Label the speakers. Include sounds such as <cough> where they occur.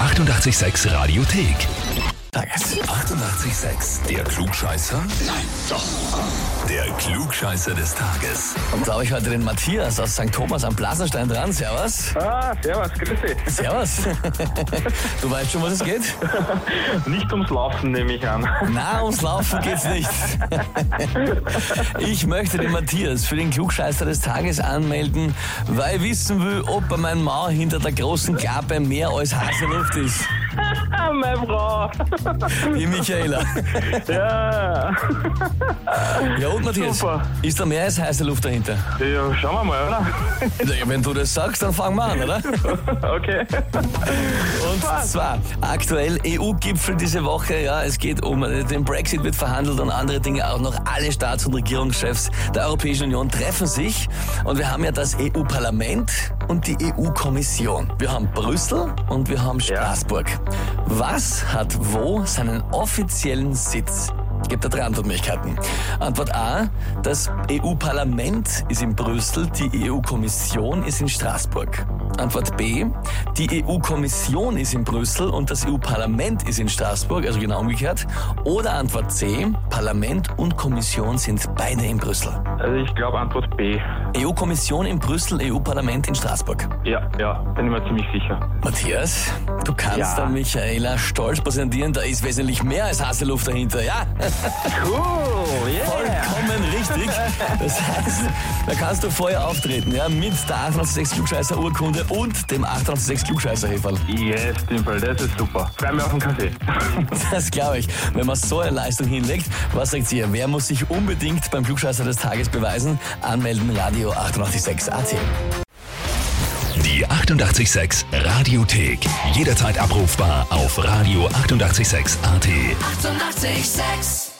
Speaker 1: 886 Radiothek. 88,6. Der Klugscheißer? Nein, doch. Der Klugscheißer des Tages.
Speaker 2: Und da habe ich heute den Matthias aus St. Thomas am Blasenstein dran. Servus.
Speaker 3: Ah, servus, grüß dich.
Speaker 2: Servus. <laughs> Du weißt schon, was es geht?
Speaker 3: Nicht ums Laufen nehme ich an. <laughs>
Speaker 2: Na, ums Laufen geht's nicht. Ich möchte den Matthias für den Klugscheißer des Tages anmelden, weil ich wissen will, ob bei meinem Mauer hinter der großen Klappe mehr als heiße Luft ist.
Speaker 3: Ah, meine Frau.
Speaker 2: Die Michaela.
Speaker 3: Ja.
Speaker 2: Ja und Matthias,
Speaker 3: Super.
Speaker 2: ist da mehr als heiße Luft dahinter?
Speaker 3: ja, schauen wir mal, oder?
Speaker 2: Ja, Wenn du das sagst, dann fangen wir an, oder?
Speaker 3: Okay.
Speaker 2: Und zwar aktuell EU-Gipfel diese Woche. Ja, es geht um äh, den Brexit wird verhandelt und andere Dinge auch noch. Alle Staats- und Regierungschefs der Europäischen Union treffen sich und wir haben ja das EU-Parlament und die EU-Kommission. Wir haben Brüssel und wir haben Straßburg. Was hat wo seinen offiziellen Sitz? Gibt da drei Antwortmöglichkeiten. Antwort A, das EU-Parlament ist in Brüssel, die EU-Kommission ist in Straßburg. Antwort B, die EU-Kommission ist in Brüssel und das EU-Parlament ist in Straßburg, also genau umgekehrt. Oder Antwort C, Parlament und Kommission sind beide in Brüssel.
Speaker 3: Also ich glaube Antwort B.
Speaker 2: EU-Kommission in Brüssel, EU-Parlament in Straßburg.
Speaker 3: Ja, ja, bin ich mir ziemlich sicher.
Speaker 2: Matthias, du kannst
Speaker 3: Ja.
Speaker 2: da Michaela stolz präsentieren, da ist wesentlich mehr als Haseluft dahinter, ja?
Speaker 3: Cool,
Speaker 2: Vollkommen richtig. Das heißt, da kannst du vorher auftreten, ja, mit der 886 Klugscheißer Urkunde und dem 886 Klugscheißer Heferl.
Speaker 3: Yes, Dimple, das ist super. Freu mich auf den Kaffee.
Speaker 2: Das glaube ich. Wenn man so eine Leistung hinlegt, was sagt ihr? Wer muss sich unbedingt beim Klugscheißer des Tages beweisen? Anmelden Radio 886 AT.
Speaker 1: Die 88,6 Radiothek. Jederzeit abrufbar auf radio886.at. 88,6.
Speaker 4: Eighty-eight, sex.